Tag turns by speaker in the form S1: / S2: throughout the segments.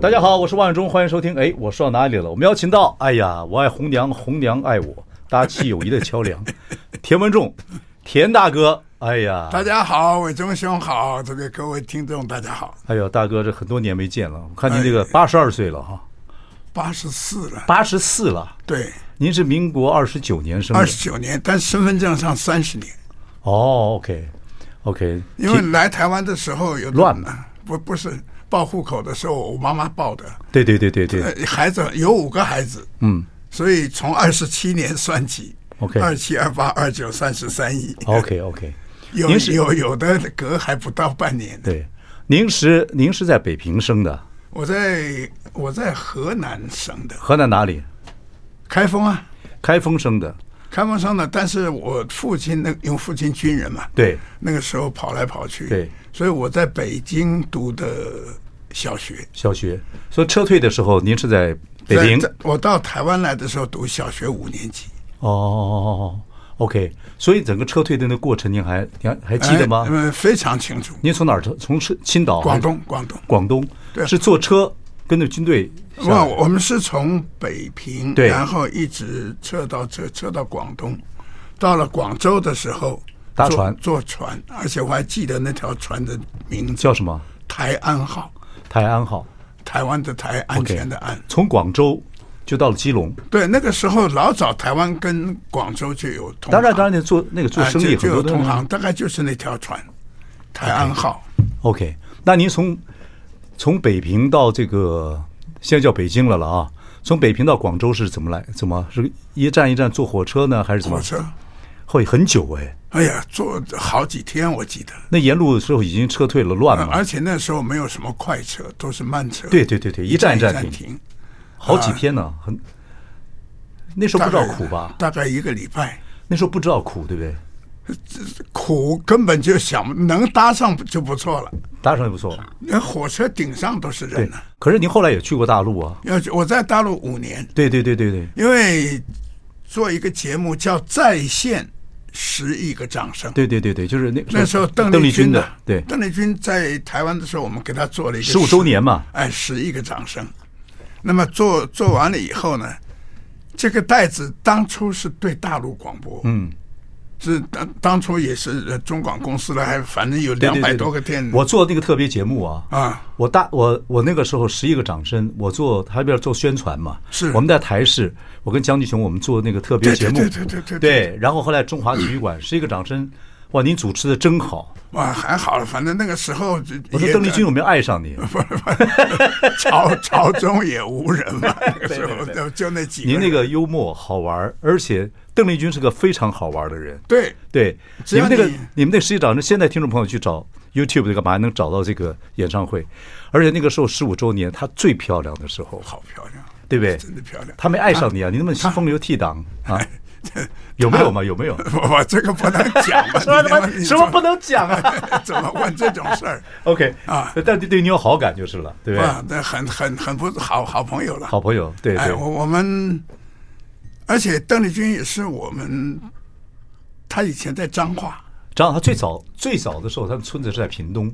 S1: 大家好，我是万忠，欢迎收听。哎，我说到哪里了？我们邀请到，哎呀，我爱红娘，红娘爱我，搭起友谊的桥梁。 田文仲，田大哥，哎呀，
S2: 大家好，伟忠兄好，这个各位听众大家好，
S1: 哎呦，大哥，这很多年没见了，我看您这个八十二岁了哈，
S2: 八十四了，
S1: 八十四了。
S2: 对，
S1: 您是民国二十九年生的
S2: 二十九年，但身份证上三十年，
S1: 哦，OK，OK，
S2: 因为来台湾的时候有呃
S1: 乱了，
S2: 不不是报户口的时候，我妈妈报的，
S1: 对对对对对，
S2: 呃，孩子有五个孩子，
S1: 嗯
S2: 所以从二十七年算起
S1: OK
S2: 二七二八二九三十三一
S1: ，OK OK，
S2: 有
S1: 您是
S2: 有有的隔还不到半年，，
S1: 对，您是您是在北平生的，
S2: 我在我在河南省的
S1: 河南哪里？
S2: 开封啊，
S1: 开封生的，
S2: 开封省的，但是我父亲那因为父亲军人嘛，
S1: 对，
S2: 那个时候跑来跑去，
S1: 对
S2: 所以我在北京读的小学，
S1: 小学，所以撤退的时候您是在北
S2: 在
S1: 平，
S2: 在我到台湾来的时候读小学五年级，
S1: 哦，OK，所以整个撤退的那过程您还您还还记得吗哦
S2: 哎？嗯，非常清楚。
S1: 您从哪儿撤？从是青岛还
S2: 广
S1: 是？
S2: 东，广东，
S1: 广东
S2: 对
S1: 是坐车跟着军队下
S2: 哇，
S1: 来，
S2: 我们是从北平，
S1: 啊对
S2: 然后一直撤到撤撤到广东，到了广州的时候，
S1: 搭
S2: 坐
S1: 船
S2: 坐船，而且我还记得那条船的名字
S1: 叫什么？
S2: “台安号
S1: 台安号。”，
S2: 台湾的台，安全的安。
S1: 从广州就到了基隆，
S2: 对，那个时候老早台湾跟广州就有通
S1: 当然
S2: 航
S1: 当然做那个做
S2: 啊，
S1: 生意
S2: 就就
S1: 很
S2: 有
S1: 多都是
S2: 同行，大概就是那条船，台安号。
S1: OK，那您从从北平到这个现在叫北京了了啊？从北平到广州是怎么来？怎么是一站一站坐火车呢，还是怎么
S2: 火？车，
S1: 会很久哎，
S2: 哎呀，坐好几天我记得，
S1: 那沿路的时候已经撤退了，乱嘛。
S2: 呃而且那时候没有什么快车，都是慢车，
S1: 嗯对对对对，一
S2: 一
S1: 站一
S2: 站
S1: 站停，
S2: 停，啊
S1: 好几天呢，很。那时候不知道苦吧？
S2: 大概一个礼拜，
S1: 那时候不知道苦，对不对？
S2: 苦根本就想不能搭上就不错了，
S1: 搭上也不错，
S2: 那火车顶上都是人
S1: 对
S2: 呢、。
S1: 可是您后来也去过大陆啊？
S2: 要我在大陆五年，
S1: 对对对对对，
S2: 因为做一个节目叫《在线十亿个掌声》。
S1: 对对对对，就是那
S2: 那时候邓
S1: 邓丽
S2: 君
S1: 君
S2: 呢
S1: 的，对，
S2: 邓丽君在台湾的时候，我们给她做了一个
S1: 15周年嘛
S2: 哎，十亿个掌声。那么做做完了以后呢，这个袋子当初是对大陆广播，
S1: 嗯，
S2: 是当当初也是呃中广公司的，还反正有
S1: 对
S2: 两
S1: 对对
S2: 百
S1: 对
S2: 多个店
S1: 我做那个特别节目啊，
S2: 啊，
S1: 我大我我那个时候十一个掌声，我做台边做宣传嘛，
S2: 是
S1: 我们在台视，我跟江继雄我们做那个特别节目，
S2: 对对对对对对对
S1: 然后后来中华体育馆十一个掌声，哇，您主持的真好，
S2: 哇，还好了，反正那个时候就
S1: 我说
S2: 也
S1: 邓丽君有没有爱上 你？
S2: 朝朝中也无人嘛，那个时候
S1: 对对对
S2: 就就那几个
S1: 您
S2: 人，
S1: 那个幽默好玩儿，而且邓丽君是个非常好玩儿的 人，
S2: 对
S1: 对，
S2: 只
S1: 你
S2: 要
S1: 们那个
S2: 你
S1: 你们那十一掌声，现在听众朋友去找 YouTube 那个嘛，能找到这个演唱会，而且那个时候十五周年，她最漂亮的时候，
S2: 好漂亮，
S1: 对不对？
S2: 真的漂亮。
S1: 她没爱上你啊，你那么风流倜傥
S2: 哎
S1: 啊？有没有嘛？有没有？
S2: 我我这个不能讲 吧？
S1: 说
S2: 你
S1: 什么
S2: 能你
S1: 什么不能讲 啊
S2: 怎么问这种事儿？
S1: ？OK
S2: 哎啊，
S1: 但对对你有好感就是了，对不对？
S2: 哇，那很很很不好好朋友了。
S1: 好朋友，对
S2: 哎，
S1: 对
S2: 我我们，而且邓丽君也是我们，她以前在彰化，
S1: 张他最早最早的时候，他们村子是在屏东，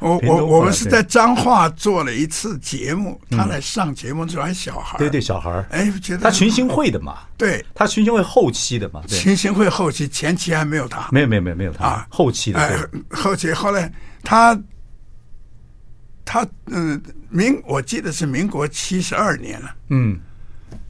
S2: 我
S1: 屏东
S2: 我
S1: 过来
S2: 我们是
S1: 对嗯
S2: 在彰化做了一次节目，她来上节目的时候还小孩儿
S1: 对对，，小孩儿，
S2: 哎，觉得
S1: 他群星会的嘛，
S2: 对
S1: 他群星会后期的嘛，对，
S2: 群星会后期前期还没有她，
S1: 没有没有没有没有他
S2: 啊
S1: 后期的，
S2: 哎
S1: 对，
S2: 后期后来他他嗯，民我记得是民国七十二年了
S1: 嗯，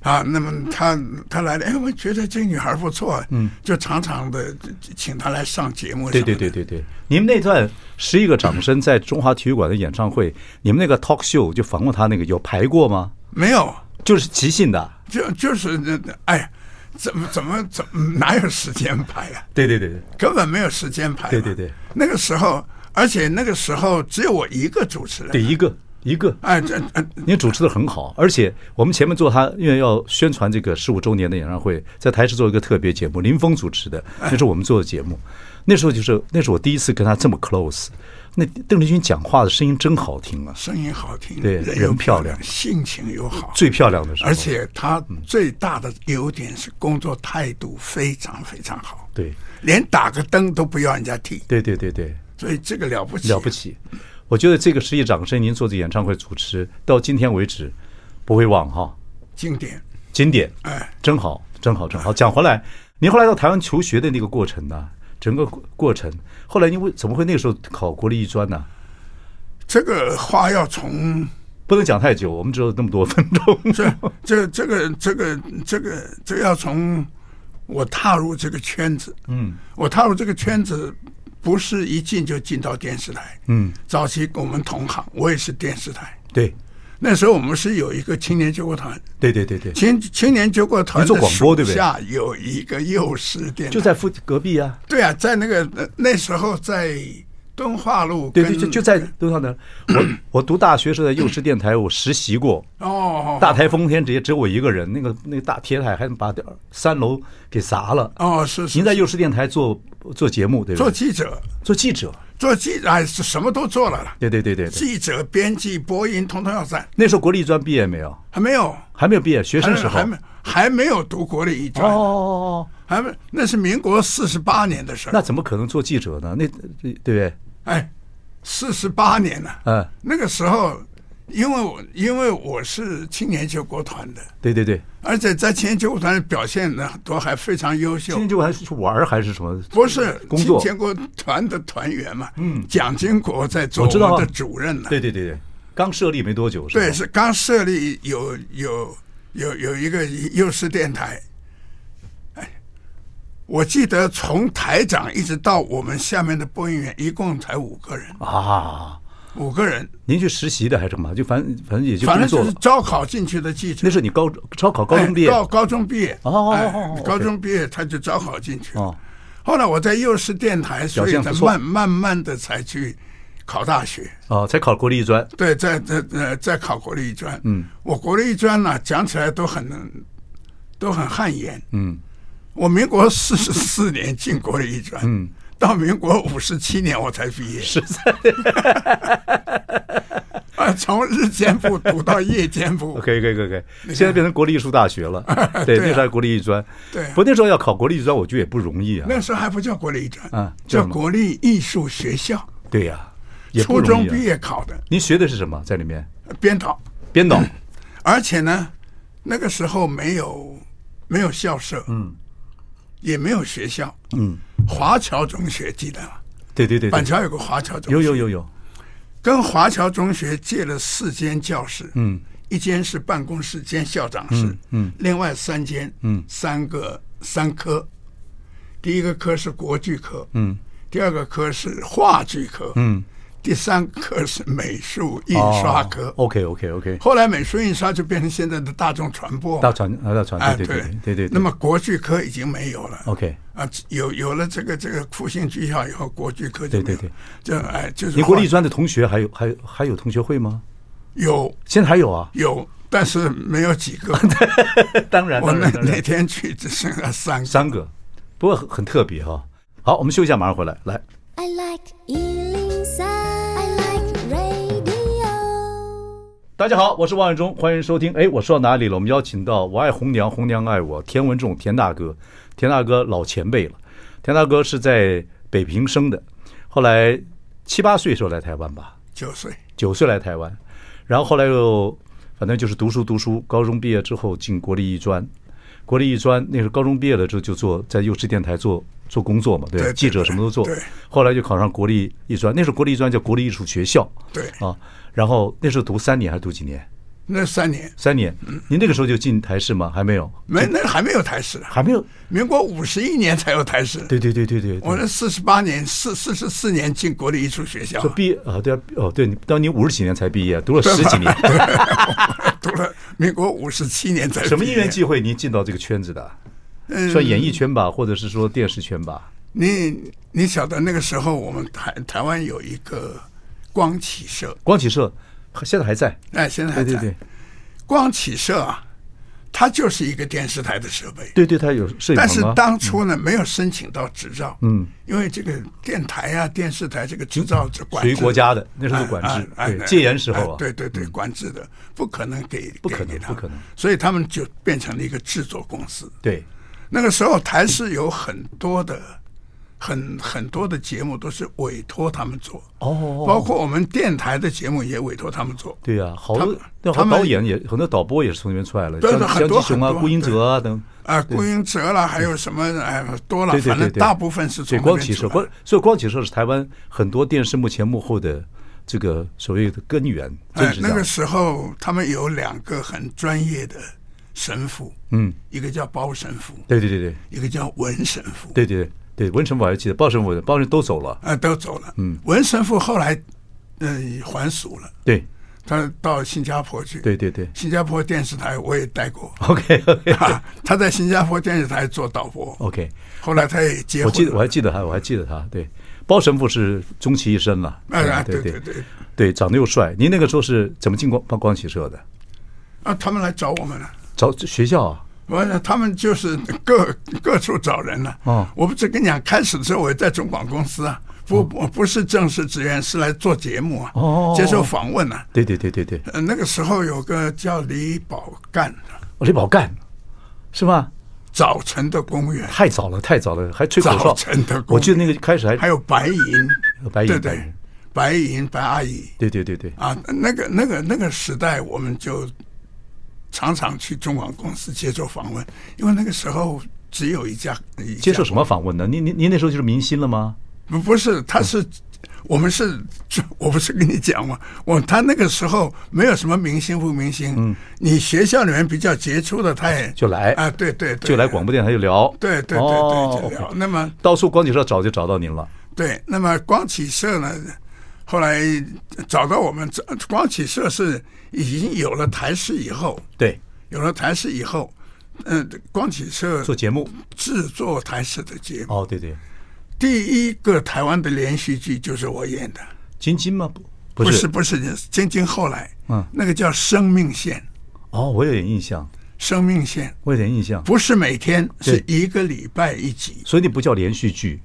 S2: 啊。那么他他来了，哎，我觉得这女孩不错，嗯，就常常的请她来上节目什
S1: 对
S2: 么的。
S1: 对对对对，你们那段十一个掌声在中华体育馆的演唱会，你们那个 talk show 就访问他那个有排过吗？
S2: 没有，
S1: 就是即兴的，
S2: 就就是那哎，怎么怎么怎么哪有时间排呀、
S1: 对对对对，
S2: 根本没有时间排嘛。
S1: 对对对
S2: 那个时候，而且那个时候只有我一个主持人，
S1: 对一个一个。
S2: 哎，这呃
S1: 您主持的很好，而且我们前面做他，因为要宣传这个十五周年的演唱会，在台视做一个特别节目，林峰主持的，那是我们做的节目。那时候就是，那是我第一次跟他这么 close。那邓丽君讲话的声音真好听啊，
S2: 声音好听，
S1: 对
S2: 人
S1: 人
S2: 又
S1: 漂
S2: 漂
S1: 亮
S2: 性情又好，
S1: 最漂亮的时候。
S2: 而且他最大的优点是工作态度非常非常好，
S1: 对，
S2: 连打个灯都不要人家替，
S1: 对对对对，
S2: 所以这个了不起，啊
S1: 了不。起。我觉得这个实际掌声，您做这演唱会主持到今天为止，不会忘哈。
S2: 经典，
S1: 经典，
S2: 哎，
S1: 真好，真好，真好。讲回来，您后来到台湾求学的那个过程呢、整个过过程，后来您为怎么会那个时候考国立艺专呢、
S2: 这个话 要从
S1: 不能讲太久，我们只有那么多分钟。
S2: 这这这个这个这个这个要从我踏入这个圈子，
S1: 嗯
S2: 我踏入这个圈子不是一进就进到电视台，
S1: 嗯，
S2: 早期跟我们同行，我也是电视台。
S1: 对，
S2: 那时候我们是有一个青年救国团，
S1: 对对对对，
S2: 青青年救国团
S1: 你做广播对不对
S2: 下有一个幼师电台，
S1: 就在附隔壁啊，
S2: 对啊，在那个呃那时候在敦化路
S1: 对
S2: 跟，
S1: 对，就就在多少呢？我我读大学时候在幼师电台，我实习过。
S2: 哦
S1: 大台风天直接只有我一个人，那个那个大铁塔还把三楼给砸了。
S2: 哦是是
S1: 您在幼师电台做做节目对吧？
S2: 做记者，
S1: 做记者，
S2: 做记者哎是什么都做了啦，
S1: 对对对对对。
S2: 记者、编辑、播音，统统要占，
S1: 那时候国立专毕业没有？
S2: 还没有。
S1: 还没有毕业，学
S2: 还
S1: 生时候。
S2: 还没还没有读国立一
S1: 哦哦
S2: 专，
S1: 哦哦，
S2: 还没那是民国四十八年的事
S1: 那
S2: 儿。
S1: 怎么可能做记者呢？那对不对？
S2: 哎，四十八年了、
S1: 嗯，
S2: 那个时候，因为我因为我是青年救国团的，
S1: 对对对。
S2: 而且在青年救国团表现呢很多还非常优秀
S1: 今。天就还是玩儿还是什么？
S2: 不是
S1: 工作
S2: 青年救国团的团员嘛？嗯，蒋经国在做
S1: 我知道啊
S2: 们的主任呢、
S1: 对对对对，刚设立没多久是吧？
S2: 对，是刚设立有有有有一个幼师电台。哎，哎我记得从台长一直到我们下面的播音员，一共才五个人，
S1: 啊，
S2: 五个人，
S1: 您去实习的还是干嘛？就反正反正也就
S2: 反
S1: 工
S2: 正
S1: 作
S2: 就是
S1: 了。
S2: 招考进去的记者
S1: 那。是你高高考高中毕业
S2: 哎高高中毕业
S1: 哦哦哦
S2: 哎
S1: 哦哦
S2: 高中毕业他就招考进去。
S1: 哦，
S2: 后来我在幼师电台，所
S1: 表
S2: 以
S1: 现
S2: 才
S1: 不错
S2: 慢慢慢的才去考大学。
S1: 哦，才考国立专。
S2: 对，在在呃，在考国立艺专。嗯，我国立艺专呢，讲起来都很都很汗颜。
S1: 嗯，
S2: 我民国四十四年进国立艺专，嗯，到民国五十七年我才毕业，
S1: 实在
S2: 啊，从日间部读到夜 间部。
S1: OK OK OK，现在变成国立艺术大学 了。对，
S2: 对啊
S1: 那时候还国立艺专。
S2: 对啊
S1: 不那时候要考国立艺专，我觉得也不容易啊。
S2: 那时候还不叫国立艺专，
S1: 啊叫
S2: 叫
S1: 什么
S2: 国立艺术学校，
S1: 对呀、也不
S2: 啊初
S1: 容
S2: 中
S1: 易、
S2: 毕
S1: 啊。
S2: 业考的
S1: 您学的是什么？在里面
S2: 编导，
S1: 编 导。
S2: 而且呢，那个时候没有没有校舍，嗯，也没有学校，嗯，华侨中学记得吗？
S1: 对对对对
S2: 板，桥有个华侨中学，
S1: 有有有有。
S2: 跟华侨中学借了四间教室，嗯，一间是办公室兼校长室，嗯，另外三间，嗯，三个三科，第一个科是国剧科，嗯，第二个科是话剧科，嗯，哦第三个科是美术印刷
S1: 哦
S2: 科。
S1: OK OK OK，
S2: 后来美术印刷就变成现在的大众传播，
S1: 大船啊大船，
S2: 哎，
S1: 对
S2: 对
S1: 对对对对。哦
S2: 那么国剧科已经没有了。
S1: OK，
S2: 啊，有有了这个这个复兴剧校以后，国剧科
S1: 对
S2: 就没有
S1: 对对
S2: 就哎就是
S1: 你国立
S2: 话
S1: 专的同学还有还有还有同学会吗？
S2: 有
S1: 现在还有啊？
S2: 有，但是没有几 个。
S1: 当然，
S2: 我
S1: 当
S2: 那
S1: 然，当
S2: 那
S1: 然，
S2: 天去只剩下三个。
S1: 三个，不过很很特别哈、好，我们休息一下，马上回来。来，
S3: I like Ealing Sound. I like radio.
S1: 大家好，我是王永忠，欢迎收听。哎，我说到哪里了？我们邀请到我爱红娘，红娘爱我，田文仲，田大哥，田大哥老前辈了。田大哥是在北平生的，后来七八岁时候来台湾吧，
S2: 九岁，
S1: 九岁来台湾，然后后来又反正就是读书读书，高中毕业之后进国立艺专，国立艺专那时候高中毕业了之后就做在幼师电台做做工作嘛，对吧，
S2: 对对
S1: 记者什么都做
S2: 对，
S1: 后来就考上国立艺专，那时候国立艺专叫国立艺术学校，
S2: 对
S1: 啊，然后那时候读三年还是读几年？
S2: 那三年
S1: 三年，您那个时候就进台视吗？还没有，
S2: 没那还没有台式，啊
S1: 还没有，
S2: 民国五十一年才有台式。
S1: 对对对对对，对
S2: 我那四十八年四四十四年进国立艺术学校
S1: 就，毕业啊，对啊，哦，对，你到你五十几年才毕业，读了十几年，
S2: 读了民国五十七年才
S1: 什么
S2: 毕
S1: 因
S2: 业
S1: 缘际会您进到这个圈子的？
S2: 嗯
S1: 算演艺圈吧，或者是说电视圈吧？
S2: 你你晓得那个时候我们台台湾有一个光启社，
S1: 光启社现在还在。
S2: 哎，现在还
S1: 对
S2: 在。
S1: 对对
S2: 光启社啊，它就是一个电视台的设备，
S1: 对对，它有摄影
S2: 但是
S1: 棚啊。
S2: 当初呢，没有申请到执照，
S1: 嗯，
S2: 因为这个电台啊、电视台这个执照是管
S1: 属
S2: 制
S1: 于嗯国家的，那时候是管
S2: 哎
S1: 制，
S2: 哎
S1: 对
S2: 哎
S1: 戒严时候
S2: 哎
S1: 啊。
S2: 对对对，管制的，不可能给，
S1: 不可能
S2: 给给他
S1: 不可能，
S2: 所以他们就变成了一个制作公司。
S1: 对，
S2: 那个时候台视有很多的、很很多的节目都是委托他们做，
S1: 哦
S2: 包括我们电台的节目也委托他们做。
S1: 对呀，好
S2: 他
S1: 多
S2: 们
S1: 那好
S2: 他
S1: 多
S2: 们
S1: 导演也很多导播也是从那边出来了，
S2: 对
S1: 像
S2: 对很
S1: 江
S2: 多
S1: 继雄啊、
S2: 很多
S1: 顾英哲啊等。
S2: 啊，顾英哲啦，还有什么哎多了
S1: 对，对
S2: 反
S1: 对
S2: 正
S1: 对，
S2: 大部分是从
S1: 对
S2: 那
S1: 光
S2: 边
S1: 启社，
S2: 出来
S1: 光所以光启社是台湾很多电视幕前幕后的这个所谓的根源，真
S2: 哎
S1: 是，这
S2: 那
S1: 样
S2: 个。时候他们有两个很专业的神父，
S1: 嗯，
S2: 一个叫包神父，
S1: 对对对对
S2: 一个叫文神父，
S1: 对对对，文成我还记得，鲍神我鲍神都走了，
S2: 啊，都走了。嗯，文神父后来嗯还俗了，
S1: 对
S2: 他到新加坡去。
S1: 对对 对
S2: 新加坡电视台我也待过，
S1: ，OK OK
S2: 啊、 他在新加坡电视台做导播，
S1: OK，
S2: 后来他也结
S1: 哦我
S2: 婚了。
S1: 记得我还记得他，我还记得他，对，鲍神父是终其一生了，
S2: 哎哎，
S1: 对
S2: 对对
S1: 对
S2: 对，
S1: 对，长得又帅，您那个时候是怎么进光光光启社的？
S2: 啊，他们来找我们了。
S1: 找学校啊？
S2: 完了，他们就是各 各处找人了。
S1: 哦
S2: 我不是跟你讲，开始的时候我在中广公司啊，不不不是正式职员，是来做节目啊，
S1: 哦
S2: 接受访问啊。
S1: 对对对对对，
S2: 呃，那个时候有个叫李宝干的，
S1: 我李宝干，是吧？
S2: 早晨的公园，
S1: 太早了，太早了，还吹口
S2: 早
S1: 哨
S2: 晨的。公
S1: 我记得那个开始还
S2: 还有白银，
S1: 白银
S2: 对
S1: 白
S2: 对
S1: 银，
S2: 白银白阿姨
S1: 对对对对，
S2: 啊，那个那个那个时代，我们就常常去中广公司接受访问，因为那个时候只有一家一家
S1: 接受什么访问呢？您您您那时候就是明星了吗？
S2: 不不是，他是、
S1: 嗯
S2: 我们是， 我不是跟你讲吗？我他那个时候没有什么明星不明星，嗯，你学校里面比较杰出的，他也
S1: 就来
S2: 啊，对对对，
S1: 就来广播电台就聊，
S2: 对，对对
S1: 哦
S2: 对对，就聊。
S1: OK
S2: 那么
S1: 到处光启社找就找到您了，
S2: 对，那么光启社呢，后来找到我们，这光启社是已经有了台视以后，
S1: 对，
S2: 有了台视以后，嗯、光启社
S1: 做节目，
S2: 制作台视的节目，
S1: 哦，对对，
S2: 第一个台湾的连续剧就是我演的。
S1: 金金吗？不
S2: 不
S1: 不
S2: 是不是，晶晶后来，
S1: 嗯
S2: 那个叫生命线，
S1: 哦，我有点印象，
S2: 生命线
S1: 我有点印象，
S2: 不是每天，
S1: 对
S2: 是一个礼拜一集。
S1: 所以那不叫连续剧，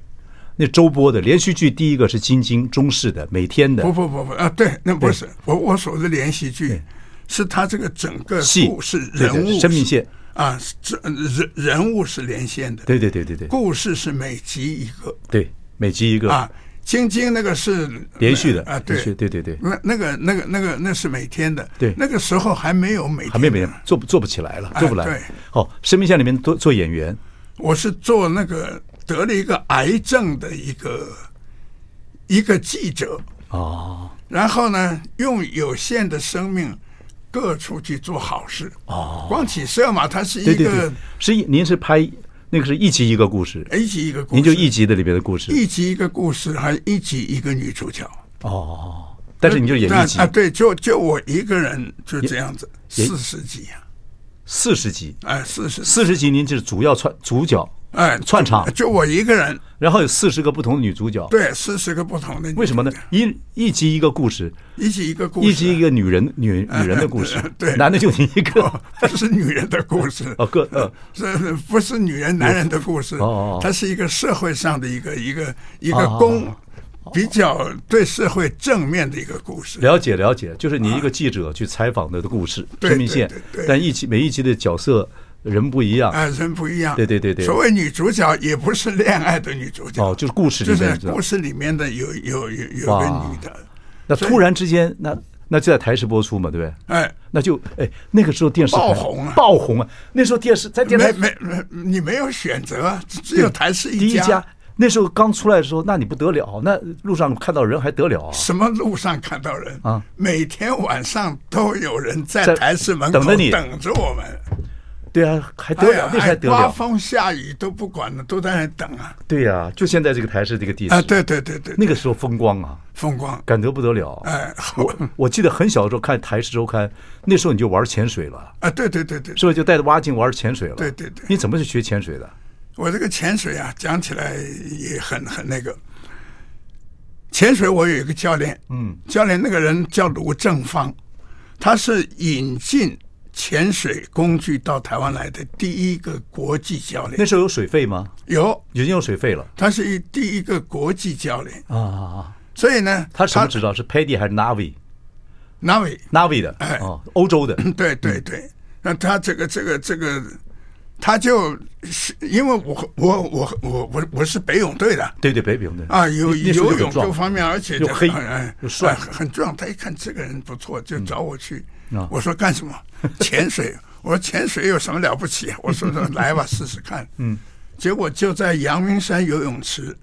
S1: 那周播的连续剧第一个是金金中式的，每天的
S2: 不不不不啊，对，那不是我我所谓的连续剧，是它这个整个
S1: 戏
S2: 故事
S1: 对
S2: 人物
S1: 对
S2: 是
S1: 生命线，
S2: 啊，是这人人物是连线的，
S1: 对对对对对
S2: 故事是每集一个
S1: 对，每集一个
S2: 啊。晶晶那个是
S1: 连续的
S2: 啊，
S1: 连续
S2: 对
S1: 对对对
S2: 那那个那个那个那是每天的，
S1: 对
S2: 那个时候还没有每天
S1: 还没没
S2: 呢
S1: 做不做不起来了，做不来
S2: 哎对。
S1: 哦，生命线里面做做演员，
S2: 我是做那个得了一个癌症的一个一个记者，
S1: 哦
S2: 然后呢，用有限的生命各处去做好事。
S1: 哦，
S2: 光启社嘛，它是
S1: 对
S2: 一
S1: 对对
S2: 个，
S1: 是一您是拍那个是一集一个故事，
S2: 一集一个故事，
S1: 您就一集的里边的故事。
S2: 一集一个故事，还一集一个女主角。
S1: 哦，但是你就演一集
S2: 那啊？对，就就我一个人就这样子，
S1: 也
S2: 四十集啊，
S1: 四十集，
S2: 哎，四十，
S1: 四十集您就是主要串主角，
S2: 哎，
S1: 串场
S2: 就我一个人，
S1: 然后有四十个不同的女主角。
S2: 对，四十个不同的女主角。
S1: 为什么呢？一一集一个故事，
S2: 一集一个故事，啊
S1: 一集一个女人女女人的故事，
S2: 对哦
S1: 男的就你一 个。，
S2: 不是女人的故事
S1: 哦各呃
S2: 是不是女人男人的故事？
S1: 哦哦哦
S2: 它是一个社会上的一个一个一个
S1: 哦哦
S2: 公、比较对社会正面的一个故事。
S1: 了解了解，就是你一个记者去采访的故事，
S2: 啊对
S1: 生命线
S2: 对对，对
S1: 但一集每一集的角色人不一样
S2: 啊、，人不一样。
S1: 对对对对
S2: 所谓女主角也不是恋爱的女主角，
S1: 哦，就是故事
S2: 就
S1: 里
S2: 是
S1: 面。
S2: 故事里面的有有有有个
S1: 哇
S2: 女的，
S1: 那
S2: 所以
S1: 突然之间，那那就在台视播出嘛，对不对？
S2: 哎，
S1: 那就哎，那个时候电视台
S2: 爆红啊
S1: 爆红啊！那时候电视在电
S2: 没
S1: 台
S2: 没没，你没有选择啊，只只
S1: 对
S2: 有台式
S1: 第一家。那时候刚出来的时候，那你不得了，那路上看到人还得了啊！
S2: 什么路上看到人
S1: 啊
S2: 每天晚上都有人在
S1: 在
S2: 台式门口
S1: 等着你
S2: 等着我们，
S1: 对啊，还得
S2: 哎
S1: 了
S2: 呀，，
S1: 那时候还
S2: 还
S1: 得
S2: 刮
S1: 了。
S2: 风下雨都不管了，都在那等啊
S1: 对呀、就现在这个台式这个地址，
S2: 啊！对对对对，
S1: 那个时候风光啊，
S2: 风光，
S1: 感得不得了。
S2: 哎，我
S1: 我记得很小的时候看台式周刊，那时候你就玩潜水了，
S2: 啊，对对对对，
S1: 是不是就带着蛙镜玩潜水了？
S2: 对对对
S1: 你怎么去学潜水的？
S2: 我这个潜水啊，讲起来也很很那个。潜水我有一个教练，嗯，教练那个人叫卢正芳，他是引进潜水工具到台湾来的第一个国际教
S1: 那
S2: 练，
S1: 时候有水费吗？
S2: 有，
S1: 已经有水费了
S2: 他是第一个国际教练，
S1: 啊啊啊！
S2: 所以呢，
S1: 他什么执照？是 Paddy 还是 Navi？Navi
S2: 哪位？
S1: 的
S2: 哎
S1: 哦，欧洲的。
S2: 对对
S1: 嗯
S2: 对，那他这个这个这个，他就是因为我我我我我我是北泳队的
S1: 对对，北北对
S2: 啊，有
S1: 那那时候就
S2: 游
S1: 很
S2: 泳
S1: 壮
S2: 各方面，而且
S1: 又
S2: 这
S1: 黑
S2: 哎
S1: 又帅嗯
S2: 哎很壮。他一看这个人不错，就找我去
S1: 啊。
S2: 我说干 什么？潜水。我说潜水有什么了不起啊？我说 说来吧，试试看。嗯，结果就在阳明山游泳池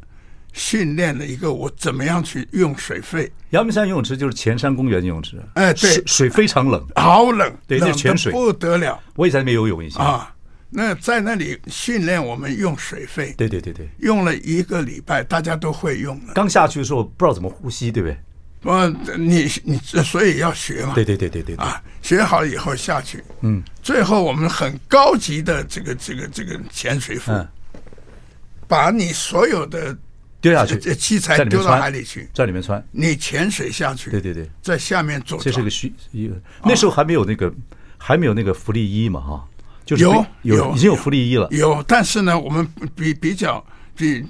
S2: 训练了一个我怎么样去用水肺，
S1: 阳明山游泳池就是前山公园游泳池。
S2: 哎对
S1: 水水非常冷，
S2: 好冷，
S1: 对那
S2: 冷
S1: 潜水
S2: 得不得了。
S1: 我也在那边游泳一下。
S2: 啊，那在那里训练我们用水肺，
S1: 对对对对，
S2: 用了一个礼拜，大家都会用了。
S1: 刚下去的时候不知道怎么呼吸，对不对？
S2: 呃，你你这所以要学嘛，
S1: 对对对对对对。
S2: 啊，学好以后下去，嗯，最后我们很高级的这个这个这个潜水服，
S1: 嗯
S2: 把你所有的
S1: 丢下去
S2: 这这器材
S1: 在里面
S2: 丢到
S1: 穿
S2: 海里去，
S1: 在里面穿。
S2: 你潜水下去，
S1: 对对对，
S2: 在下面做
S1: 这是个虚一个，那时候还没有那个，还没有那个福利衣嘛，哈，就是
S2: 有
S1: 有
S2: 有
S1: 已经有福利衣了，
S2: 有，但是呢，我们比比较比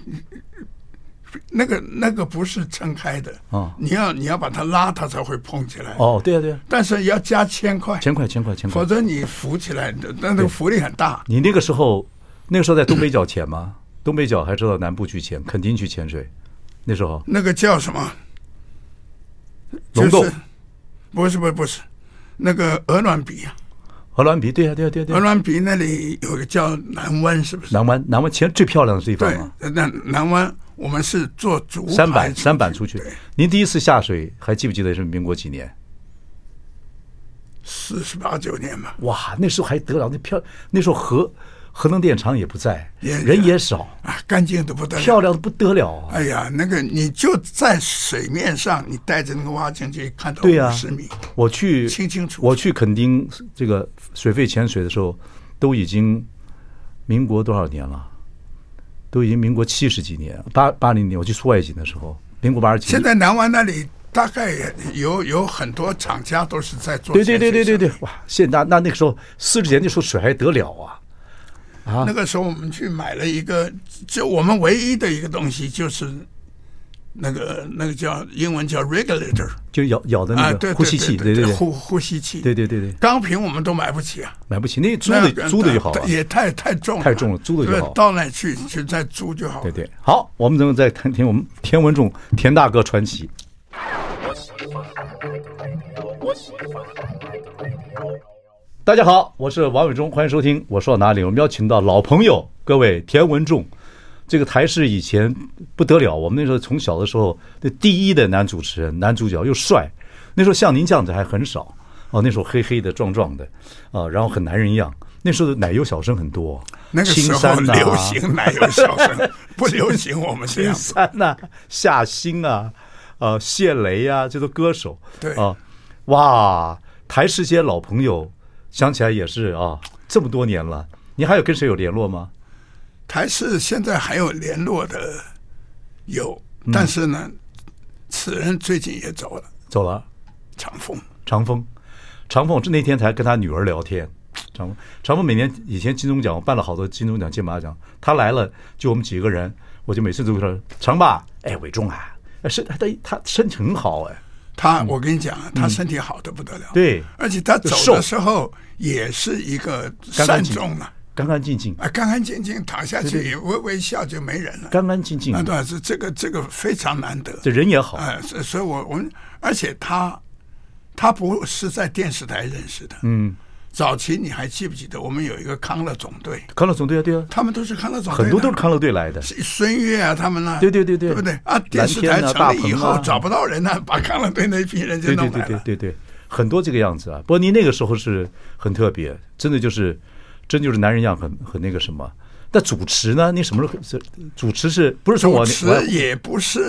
S2: 比那个那个不是撑开的
S1: 哦
S2: 你要你要把它拉，它才会蓬起来。
S1: 哦，对啊对啊，
S2: 但是要加千块，
S1: 千块钱块钱块
S2: 否，则你浮起来，那那个浮力很大。
S1: 你那个时候那个时候在东北角潜吗？东北角还是到南部去潜，垦丁去潜水，那时候
S2: 那个叫什么？
S1: 龙
S2: 就
S1: 洞
S2: 是、不是不是不是，那个鹅卵鼻啊，
S1: 鹅銮鼻，对啊对啊对啊对
S2: 鹅
S1: 啊，
S2: 卵鼻那里有个叫南湾，是不是？
S1: 南湾南湾潜最漂亮的地方
S2: 对
S1: 嘛，，
S2: 那南湾我们是做竹排
S1: 三板
S2: 出
S1: 三板出去
S2: 对，
S1: 您第一次下水还记不记得是民国几年？
S2: 四十八九年吧。
S1: 哇，那时候还得了，那漂那时候核核能电厂也不在，
S2: 也
S1: 人也少，
S2: 啊，干净的不得了，
S1: 漂亮的不得了啊！
S2: 哎呀，那个你就在水面上，你带着那个蛙镜去看到
S1: 对呀、啊
S2: 五十米，
S1: 我去
S2: 清清楚楚
S1: 我去垦丁这个水肺潜水的时候，都已经民国多少年了？都已经民国七十几年，八八零年我去出外景的时候，民国八十几
S2: 现
S1: 年。
S2: 在南湾那里大概也有有很多厂家都是在做
S1: 对
S2: 潜
S1: 对对
S2: 水
S1: 对对对
S2: 项目，
S1: 哇！现在那那那个时候四十年那时候水还得了啊？
S2: 那个时候我们去买了一个，就我们唯一的一个东西就是那个那个叫英文叫 regulator
S1: 就咬咬的
S2: 啊，
S1: 那
S2: 对
S1: 个呼吸器，
S2: 对
S1: 对对，
S2: 呼呼吸器，
S1: 对对对对，
S2: 钢瓶我们都买不起啊。
S1: 买不起，那租
S2: 那
S1: 的租的就好了。
S2: 也太太重了，
S1: 太重了租的就
S2: 对
S1: 好
S2: 到那去去再租就好了。
S1: 对对，好，我们能再谈听我们田文仲田大哥传奇。大家好，我是王伟忠，欢迎收听。我说到哪里？我们邀请到老朋友，各位田文仲，这个台视以前不得了，我们那时候从小的时候，那第一的男主持人、男主角又帅，那时候像您这样子还很少哦，那时候黑黑的、壮壮的啊、然后很男人样。那时候的奶油小生很多，
S2: 那个时
S1: 青
S2: 候
S1: 山啊呐
S2: 流行奶油 小生，不流行我们这
S1: 金
S2: 样子。
S1: 山呐、夏兴啊，呃，谢雷啊，这都歌手。
S2: 对
S1: 啊，哇，台视些老朋友，想起来也是啊，这么多年了，你还有跟谁有联络吗？
S2: 台视现在还有联络的有，
S1: 嗯
S2: 但是呢，此人最近也走了，
S1: 走了，
S2: 长风。
S1: 长风，长风，我这那天才跟他女儿聊天。长风，长风每年以前金钟奖，我办了好多金钟奖、金马奖，他来了就我们几个人，我就每次都会说长爸，哎，伟忠啊，哎身他他身体很好哎，
S2: 他，我跟你讲，啊他身体好的不得了。
S1: 嗯对
S2: 而且他走
S1: 瘦
S2: 的时候也是一个
S1: 干干
S2: 善
S1: 净
S2: 终了
S1: 干干净净，
S2: 啊，干干净净躺下去，也微微笑就没人了。
S1: 干干净净
S2: 啊，，对，是这个这个非常难得。
S1: 这人也好，
S2: 哎，所以所以我我们，而且他他不是在电视台认识的，嗯，早期你还记不记得我们有一个康乐总队，
S1: 康乐总对啊对啊，
S2: 他们都是康乐总队的，
S1: 很多都是康乐队来的，
S2: 是孙悦啊，他们呢，
S1: 对对对对
S2: 对不对啊？
S1: 蓝
S2: 电视
S1: 天啊
S2: 台成立
S1: 大
S2: 以后
S1: 鹏啊
S2: 找不到人呢，把康乐队那一批人就
S1: 对对
S2: 弄
S1: 对
S2: 来
S1: 对
S2: 了。
S1: 对对，很多这个样子啊。不过您那个时候是很特别，真的就是，真就是男人样，很很那个什么。但主持呢？你什么时候是主持是？不是从我
S2: 主
S1: 那
S2: 持
S1: 我要
S2: 也不是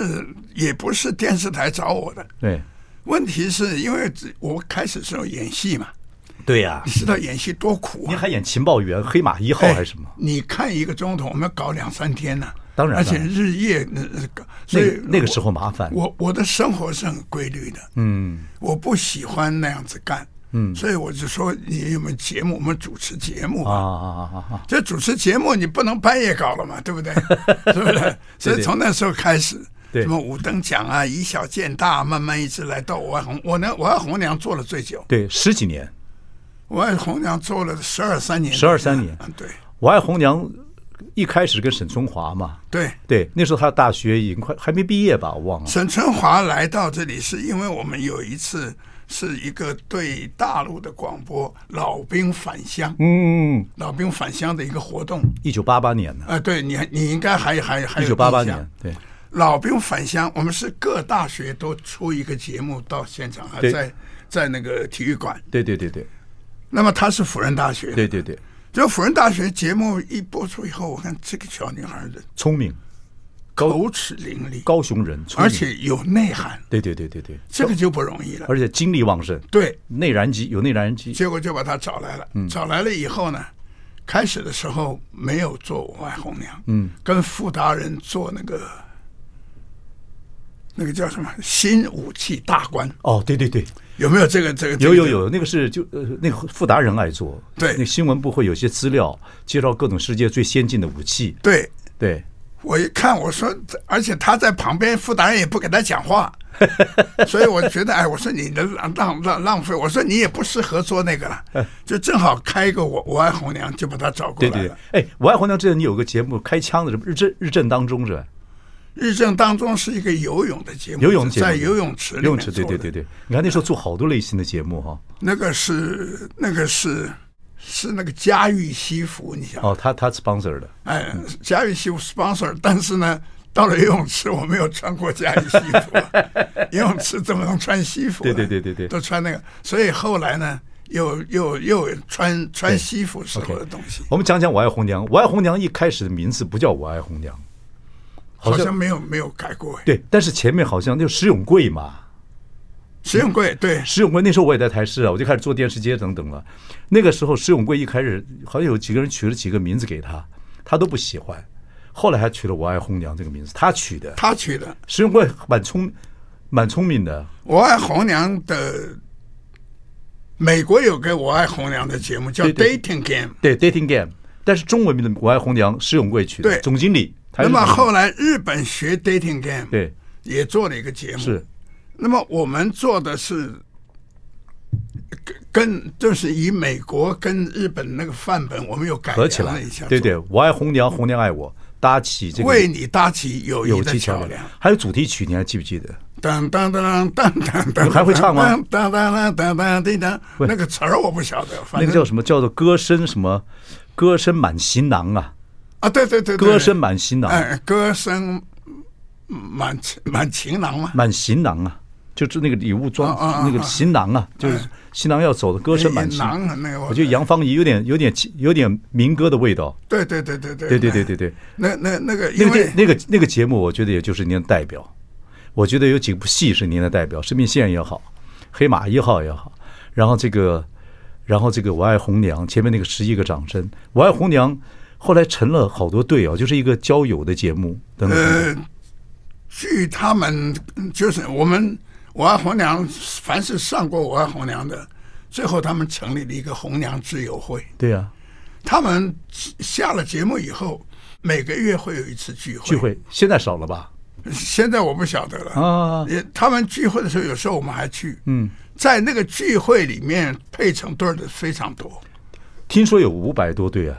S2: 也不是电视台找我的，
S1: 对
S2: 问题是因为我开始时候演戏嘛，
S1: 对呀、
S2: 你知道演戏多苦
S1: 您
S2: 啊。
S1: 还演情报员、黑马一号
S2: 哎
S1: 还是什么？
S2: 你看一个钟头，我们要搞两三天呢、
S1: 当然了
S2: 而且日夜，呃呃所
S1: 那
S2: 以
S1: 个那个时
S2: 候，
S1: 候麻烦，
S2: 我我的生活是很规律的，
S1: 嗯
S2: 我不喜欢那样子干，
S1: 嗯
S2: 所以我就说，你有没有节目？我们主持节目
S1: 啊
S2: 吧。
S1: 啊啊啊啊，
S2: 这主持节目你不能半夜搞了嘛，对不对？是不是？所以从那时候开始，
S1: 对
S2: 什么五等奖啊，以小见大，慢慢一直来到我爱红，我呢，我爱红娘做了最久，
S1: 对，十几年，
S2: 我爱红娘做了十二三年，
S1: 12 13年
S2: 嗯，对
S1: 我爱红娘一开始跟沈春华嘛，
S2: 对。
S1: 对，那时候他大学已经快还没毕业吧，我忘了，
S2: 沈春华来到这里，是因为我们有一次是一个对大陆的广播老兵返乡，
S1: 嗯，
S2: 老兵返乡的一个活动。
S1: 一九八八年呢，
S2: 啊、对你，你应该还还还
S1: 一
S2: 有
S1: 九八八
S2: 印象
S1: 年，对，
S2: 老兵返乡，我们是各大学都出一个节目到现场，还
S1: 对
S2: 在在那个体育馆。
S1: 对对对对
S2: 那么他是辅仁大学，
S1: 对，对对，
S2: 就辅仁大学节目一播出以后，我看这个小女孩的
S1: 聪明，
S2: 口齿伶俐，
S1: 高雄人，聪明
S2: 而且有内涵，
S1: 对对对对对，
S2: 这个就不容易了。
S1: 而且精力旺盛，
S2: 对，
S1: 内燃机有内燃机，
S2: 结果就把他找来了。
S1: 嗯
S2: 找来了以后呢，开始的时候没有做我爱红娘，
S1: 嗯，
S2: 跟傅达人做那个那个叫什么新武器大观，
S1: 哦，对对对，
S2: 有没有这个这个？
S1: 有
S2: 这
S1: 有
S2: 个，
S1: 有，那个是就呃那个富达人爱做，
S2: 对
S1: 那新闻部会有些资料介绍各种世界最先进的武器，
S2: 对。
S1: 对，
S2: 我一看，我说，而且他在旁边，傅达人也不跟他 讲话，所以我觉得，哎，我说你的浪浪浪浪费，我说你也不适合做那 个了，就正好开一个我我爱红娘，就把他找过
S1: 对
S2: 来
S1: 对
S2: 了
S1: 对。，哎，我爱红娘之前你有个节目开枪的，什么日正日正当中是吧？
S2: 日正当中是一个游泳的节目，
S1: 游泳节目
S2: 在游泳池里
S1: 游泳
S2: 面
S1: 池，对
S2: 做的
S1: 对对对，你看那时候做好多类型的节目哈、
S2: 那个是那个是是那个嘉裕西服，你想，
S1: 哦，他他 sponsor 的，
S2: 哎，嘉裕西服 sponsor，但是呢，到了游泳池我没有穿过嘉裕西 服，游泳池怎么能穿西服
S1: 对
S2: 呢？
S1: 对对对对
S2: 都穿那个，所以后来呢，又又又穿穿西服时候的东西，
S1: 我们讲讲我爱红娘，我爱红娘一开始的名字不叫我爱红娘，好
S2: 好
S1: 像
S2: 像没有没有改过，哎
S1: 对，但是前面好像就石永贵嘛，
S2: 石永贵对
S1: 石永贵那时候我也在台视啊，我就开始做电视街等等了。那个时候石永贵一开始好像有几个人取了几个名字给他，他都不喜欢。后来还取了“我爱红娘”这个名字，他取的。
S2: 他取的，
S1: 石永贵蛮聪，蛮聪明的。
S2: 我爱红娘的，美国有个我爱红娘的节目叫
S1: 对对
S2: Dating Game。
S1: 对，dating game，但是中文名的“我爱红娘”石永贵取的，
S2: 对
S1: 总经理。他
S2: 那
S1: 是
S2: 么
S1: 总经理
S2: 后来日本学 Dating Game，
S1: 对
S2: 也做了一个节目。
S1: 是，
S2: 那么我们做的是跟跟就是以美国跟日本那个范本，我们又改
S1: 合起
S2: 良
S1: 来
S2: 哎了一下，，
S1: 对对，，我爱红娘，红娘爱我，搭起这个
S2: 为你搭起友谊
S1: 有
S2: 的
S1: 机
S2: 桥
S1: 桥
S2: 梁
S1: 梁。。还有主题曲，你还记不记得？
S2: 当当当当当当，
S1: 你还会唱吗
S2: 当当当当当叮当，
S1: 喂
S2: 那个词儿我不晓得，
S1: 那
S2: 反
S1: 个
S2: 正
S1: 叫什么？叫做歌声什么？歌声满行囊啊，
S2: 啊，对对对，对
S1: 歌声满行囊。
S2: 哎，歌声满满情郎嘛，
S1: 满行囊啊，就是那个礼物装、
S2: 啊啊啊
S1: 那个行囊啊，就是行囊要走的歌声满行。
S2: 郎啊那个，
S1: 我觉得杨芳仪有点有点有点民歌的味道。
S2: 对对对对对
S1: 对对对对，对，
S2: 那那那个
S1: 那
S2: 因
S1: 个电
S2: 为
S1: 那个那个节目，我觉得也就是您的代表。我觉得有几部戏是您的代表，《生命线》也好，《黑马一号》也好，然后这个，然后这个《我爱红娘》前面那个十一个掌声，《我爱红娘》后来成了好多对啊，就是一个交友的节目等等等等。
S2: 呃，据他们嗯就是我们我爱红娘，凡是上过我爱红娘的，最后他们成立了一个红娘之友会。
S1: 对啊，
S2: 他们下了节目以后，每个月会有一次聚会。
S1: 聚会现在少了吧？
S2: 现在我不晓得了
S1: 啊
S2: 也他们聚会的时候，有时候我们还去。嗯，在那个聚会里面，配成对儿的非常多，
S1: 听说有五百多对啊。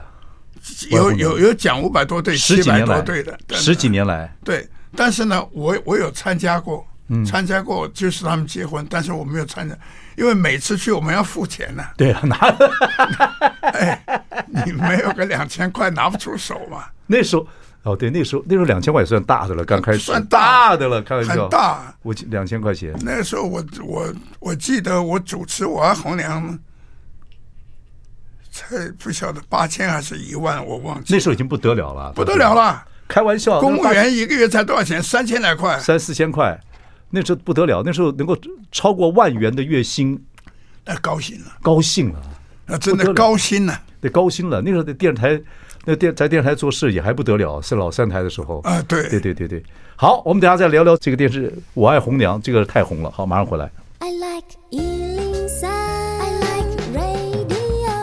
S1: 我
S2: 有
S1: 也不
S2: 有有讲五百多对、
S1: 十
S2: 七
S1: 几
S2: 百
S1: 年
S2: 多
S1: 来
S2: 对的，，对
S1: 十几年来，
S2: 对，但是呢，我我有参加过，
S1: 嗯
S2: 参加过就是他们结婚，但是我没有参加，因为每次去我们要付 钱呢、
S1: 对啊，拿
S2: 你没有个两千块拿不出手嘛，
S1: 那时候哦，对，那时候那时候两千块也算大的了，刚开始
S2: 算大
S1: 大的了，开玩笑，
S2: 很大。
S1: 我两千块钱，
S2: 那时候我我我记得我主持我爱红娘，才不晓得八千还是一万，我忘记
S1: 那
S2: 了，
S1: 时候已经不得了了，
S2: 不得了，了。
S1: 开玩笑，
S2: 公
S1: 那
S2: 务
S1: 时候大
S2: 员一个月才多少钱？三千来块，
S1: 三四千块，那时候不得了，那时候能够超过万元的月薪，
S2: 那高薪了，
S1: 高兴了，
S2: 那真
S1: 不
S2: 的
S1: 得了
S2: 高薪了。
S1: 得高兴了。那时候在电视台那电在电视台做事也还不得了，是老三台的时候
S2: 啊对
S1: 对对对对。好，我们等一下再聊聊这个电视《我爱红娘》，这个太红了。好，马上回来。
S3: I like Ealing Sound. I like radio.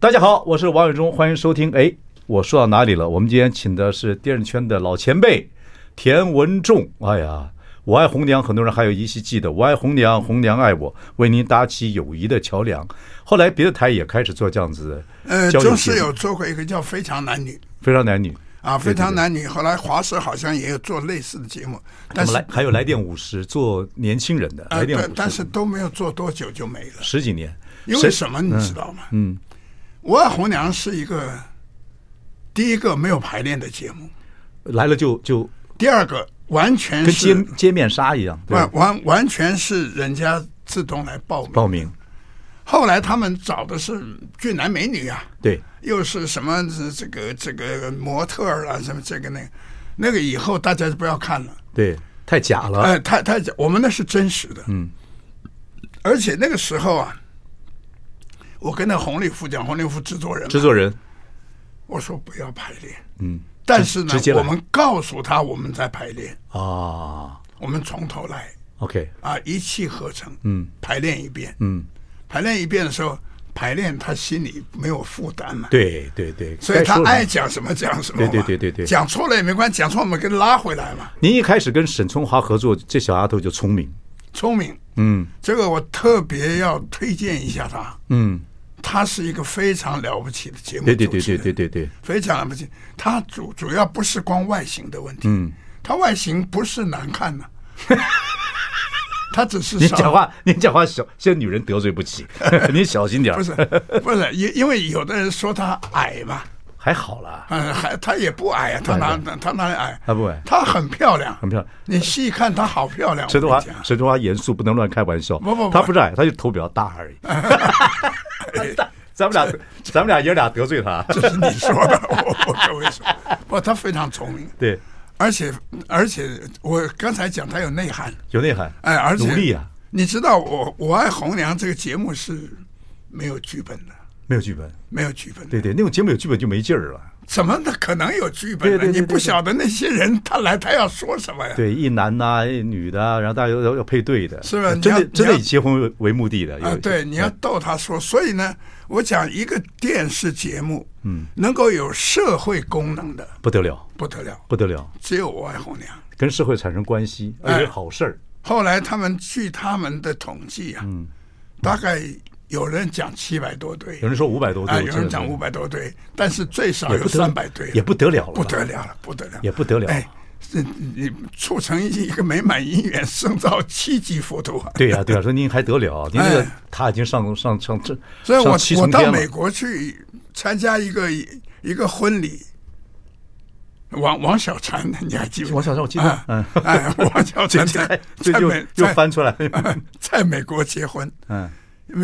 S1: 大家好，我是王伟忠，欢迎收听。哎，我说到哪里了？我们今天请的是电视圈的老前辈田文仲。哎呀，我爱红娘，很多人还有依稀记得，我爱红娘，红娘爱我，为您搭起友谊的桥梁。后来别的台也开始做这样子
S2: 呃，
S1: 交友
S2: 中
S1: 节
S2: 视
S1: 目
S2: 有做过一个叫《非常男女
S1: 非常男女》
S2: 啊，《非常
S1: 对
S2: 男女》，后来华视好像也有做类似的节目，但
S1: 我
S2: 是
S1: 们来还有来电五十做年轻人的
S2: 呃，
S1: 来电
S2: 对
S1: 五，
S2: 但
S1: 十
S2: 是都没有做多久就没了。
S1: 十几年，
S2: 因为
S1: 谁
S2: 什么你知道吗？嗯，我爱红娘是一个第一个没有排练的节目，
S1: 来了就就
S2: 第二个完全
S1: 跟
S2: 是
S1: 街街面杀一样，对
S2: 完完完全是人家自动来报名。
S1: 报名
S2: 后来他们找的是俊男美女啊，
S1: 对
S2: 又是什么这这个这个模特儿啊，什么这个那个，那个以后大家就不要看了。
S1: 对，太假了，
S2: 哎，太太，我们那是真实的。嗯，而且那个时候啊，我跟那洪立夫讲，洪立夫制作人嘛，
S1: 制作人
S2: 我说不要排练。嗯，但是呢
S1: 直接，来
S2: 我们告诉他我们在排练，
S1: 啊
S2: 我们从头来
S1: ，OK，
S2: 啊，一气呵成。嗯，排练一遍。嗯，排练一遍的时候，排练他心里没有负担嘛。。
S1: 对对对，
S2: 所以
S1: 该
S2: 他
S1: 说了
S2: 爱讲什么讲什么嘛，
S1: 对对对对对
S2: 讲错了也没关系，讲错我们给他拉回来嘛。
S1: 您一开始跟沈春华合作，这小丫头就聪明，
S2: 聪明，
S1: 嗯
S2: 这个我特别要推荐一下他，
S1: 嗯，
S2: 他是一个非常了不起的节目
S1: 对对对
S2: 主持
S1: 对
S2: 人
S1: 对对对，
S2: 非常了不起。他主主要不是光外形的问题，嗯，他外形不是难看呐、他只是啊
S1: 您
S2: 少
S1: 讲话您讲话小，现在女人得罪不 起，您小心点儿
S2: 不，是不是，因因为有的人说他矮嘛，
S1: 还好啦，
S2: 嗯，还他也不矮啊，他哪他哪里矮？
S1: 他不矮
S2: 他很漂亮，
S1: 很漂亮
S2: 你细看她好漂亮，
S1: 沈春
S2: 我
S1: 华
S2: 跟你讲
S1: 沈春华严肃，不能乱开玩笑，
S2: 哎不不不
S1: 他不是矮，他就头比较大 而已，咱们俩咱们俩爷俩得罪他，
S2: 这是你说的， 我我跟你说，不，他非常聪明，
S1: 对，
S2: 而且而且我刚才讲他有内涵，
S1: 有内涵，
S2: 哎，而且
S1: 努力啊，
S2: 你知道我《我爱红娘》这个节目是没有剧本的，
S1: 没有剧本，
S2: 没有剧本的，
S1: 对对，那种节目有剧本就没劲儿了。
S2: 怎么可能有剧本
S1: 对
S2: 呢？
S1: 对对对
S2: 你不晓得那些人他来他要说什 么呀？
S1: 对，一男呐、一女的啊，然后大家要要要配对的，呃
S2: 是吧啊你
S1: 真
S2: 要
S1: 的
S2: 你
S1: 真的
S2: 要
S1: 以结婚为为目的的，有
S2: 啊
S1: 一，些
S2: 对，你要逗他说。所以呢，我讲一个电视节目，嗯，能够有社会功能的
S1: 不得了，
S2: 不得了，
S1: 不得了，
S2: 只有《我爱红娘》。
S1: 跟社会产生关系，而
S2: 哎
S1: 且是好事儿。
S2: 后来他们据他们的统计啊，大概有人讲七百多对，
S1: 嗯有人说五百多对，我
S2: 啊，有
S1: 记
S2: 人
S1: 得
S2: 讲
S1: 是
S2: 五百多对，但是最少
S1: 也
S2: 有
S1: 不得
S2: 三百对，啊
S1: 也不得了了，
S2: 不得了了，不得了，
S1: 也不得了
S2: 哎，这你促成一个美满姻缘，生造七级浮屠啊！
S1: 对呀、对呀、说您还得了，您这个
S2: 哎
S1: 他已经上上上这，
S2: 所以
S1: 上
S2: 我
S1: 七
S2: 我
S1: 重
S2: 到
S1: 天
S2: 美
S1: 了。
S2: 国去参加一个一个婚礼，王王小婵，你还记不记得？
S1: 王小婵我记得
S2: 啊
S1: 嗯
S2: 哎，王小婵在
S1: 这
S2: 在
S1: 就
S2: 美
S1: 又
S2: 在
S1: 翻出来，
S2: 在美国结婚，
S1: 嗯